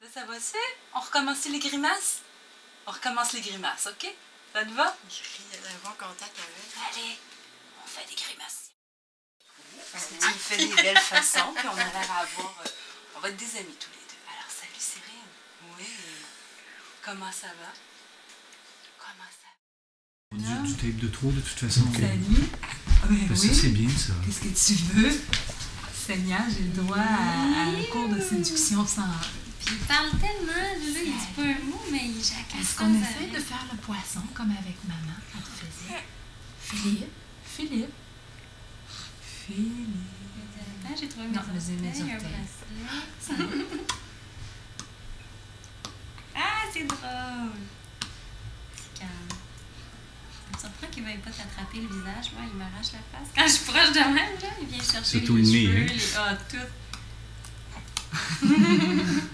Là, ça va c'est On recommence les grimaces? On recommence les grimaces, OK? Ça te va? Je ris, elle a un bon contact avec. Allez, on fait des grimaces. Parce que Il fait des belles façons, puis on a l'air à avoir... euh, on va être des amis tous les deux. Alors, salut Cyrine. Oui. Comment ça va? Comment ça va? Du, du tape de trop de toute façon. Salut. Ah, ben Ben, Ça oui. c'est bien ça. Qu'est-ce que tu veux? Seigneur, j'ai le droit à, à un cours de séduction sans... Puis il parle tellement, là, il dit pas un mot, mais il jacasse Est-ce sans qu'on essaie arrêt. de faire le poisson comme avec maman Elle te faisait. Philippe, Philippe. Philippe. euh, Attends, j'ai trouvé mes Non, mais c'est mes orteils, un orteils. bracelet. ah, c'est drôle! C'est calme. Ça me surprend qu'il ne veuille pas t'attraper le visage. Moi, il m'arrache la face. Quand je suis proche de même, là, il vient chercher Surtout les Ah, le nez, cheveux, hein. les... Ah, tout.